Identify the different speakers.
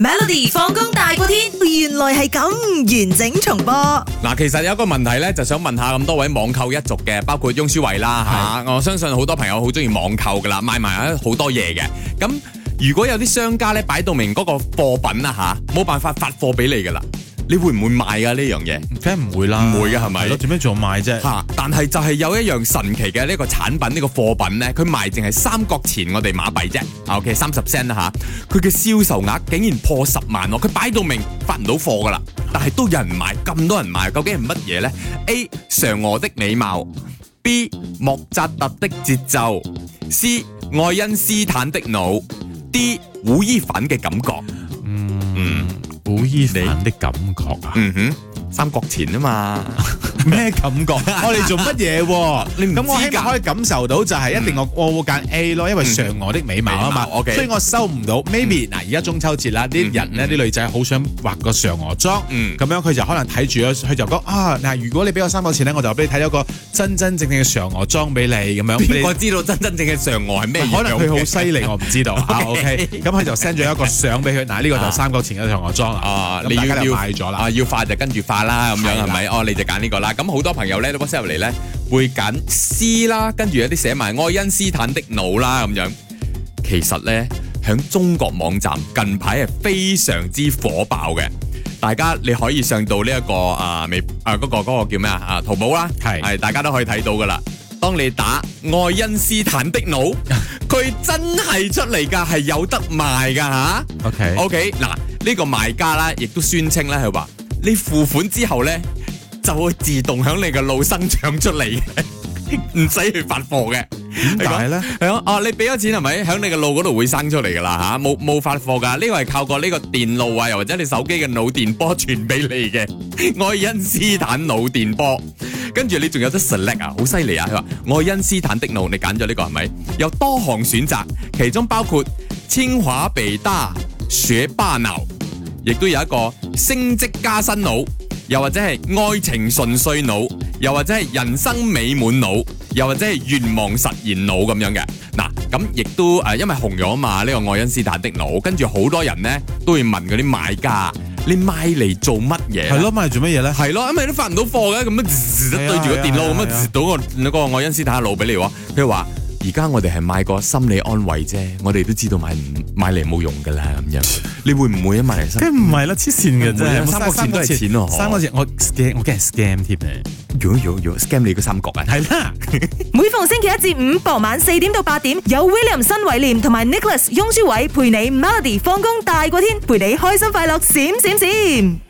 Speaker 1: Melody 放工大過天，原來係咁完整重播。
Speaker 2: 嗱，其實有一個問題咧，就想問下咁多位網購一族嘅，包括翁舒慧啦嚇，我相信好多朋友好中意網購噶啦，買埋好多嘢嘅。咁如果有啲商家咧擺到明嗰個貨品啊嚇，冇辦法發貨俾你噶啦，你會唔會買噶呢樣嘢？
Speaker 3: 梗係唔會啦，
Speaker 2: 唔會嘅係咪
Speaker 3: 係咯，點樣仲賣啫？
Speaker 2: 嚇！啊但係就係有一樣神奇嘅呢個產品，呢個貨品咧，佢賣淨係三角錢我哋馬幣啫，OK 啊三十 cent 啦嚇，佢嘅銷售額竟然破十萬喎！佢擺到明發唔到貨噶啦，但係都有人買，咁多人買，究竟係乜嘢呢 a 嫦娥的美貌，B 莫扎特的節奏，C 愛因斯坦的腦，D 胡伊粉嘅感覺。嗯
Speaker 3: 好伊凡的感覺啊，
Speaker 2: 嗯哼，三角錢啊嘛。
Speaker 3: 咩感 覺？我哋做乜嘢喎？
Speaker 2: 你唔知㗎
Speaker 3: 咁我希望可以感受到就係一定我我會揀 A 咯，因為嫦娥的美貌啊嘛
Speaker 2: 美貌，OK，
Speaker 3: 所以我收唔到。maybe 嗱，而家中秋節啦，啲人咧
Speaker 2: 嗯
Speaker 3: 啲女仔好想畫個嫦娥妝，
Speaker 2: 嗯
Speaker 3: 咁樣佢就可能睇住咗，佢就講啊嗱，如果你俾我三個錢咧，我就俾你睇咗個真真正正嘅嫦娥妝俾你咁樣。俾
Speaker 2: 邊
Speaker 3: 你
Speaker 2: 個知道真真正嘅嫦娥係咩樣嘅？
Speaker 3: 可能佢好犀利，我唔知道 啊。OK，咁佢就 send 咗一個相俾佢，嗱呢個
Speaker 2: 啊
Speaker 3: 就三角錢嘅嫦娥妝
Speaker 2: 啊
Speaker 3: 啊，，
Speaker 2: 你
Speaker 3: 咁
Speaker 2: 要
Speaker 3: 大家就
Speaker 2: 要
Speaker 3: 買咗啦
Speaker 2: 啊，。要化就跟住化啦，咁樣
Speaker 3: 係啦
Speaker 2: 係咪？哦，你就揀呢個啦。咁好多朋友咧 WhatsApp 入嚟咧，會揀 C 啦，跟住有啲寫埋愛因斯坦的腦啦咁樣。其實咧，響中國網站近排係非常之火爆嘅。大家你可以上到呢、一個啊微啊嗰、個嗰個叫咩啊啊淘寶啦，
Speaker 3: 係
Speaker 2: 係大家都可以睇到噶啦。當你打愛因斯坦的 腦，佢真係出嚟㗎，係有得賣㗎吓。
Speaker 3: OK。
Speaker 2: O K，嗱呢個賣家啦，亦都宣稱咧，佢話你付款之後咧，就會自動響你嘅腦生長出嚟嘅，唔使去發貨嘅。點
Speaker 3: 點解咧？
Speaker 2: 係啊，哦，你俾咗錢係咪？響你嘅腦嗰度會生出嚟噶啦吓，冇冇發貨噶？呢個係靠過呢個電路啊，又或者你手機嘅腦電波傳俾你嘅愛因斯坦腦電波。跟住你仲有得 select 啊，好犀利啊！佢話愛因斯坦的腦，你揀咗呢個係咪？有多項選擇，其中包括清華北大學霸腦，亦都有一個升職加薪腦。又或者係愛情純粹腦，又或者係人生美滿腦，又或者係願望實現腦咁樣嘅。嗱，咁亦都誒、呃因為紅咗啊嘛，呢、個愛因斯坦的腦，跟住好多人呢都會問嗰啲買家，你買嚟做乜嘢？
Speaker 3: 係咯，買嚟做乜嘢咧？
Speaker 2: 係咯，因為都發唔到貨嘅，咁樣滋
Speaker 3: 係啊
Speaker 2: 對住個電腦咁
Speaker 3: 係啊
Speaker 2: 樣
Speaker 3: 係啊
Speaker 2: 滋到個嗰個愛因斯坦嘅腦俾你喎。佢話：而家我哋係買個心理安慰啫，我哋都知道買唔買嚟冇用㗎啦咁樣。你會唔會啊買嚟心？
Speaker 3: 梗唔係啦，黐線嘅
Speaker 2: 唔會啊
Speaker 3: 啫，
Speaker 2: 三角錢都係錢喎
Speaker 3: 三個錢我 scam，我驚係 scam 添咧，
Speaker 2: 如果如果如果 scam 你個三角啊！
Speaker 3: 係啦，
Speaker 1: 每逢星期一至五傍晚四點到八點，有 William 新偉廉同埋 Nicholas 雍舒偉陪你 Melody 放工大過天，陪你開心快樂閃閃閃。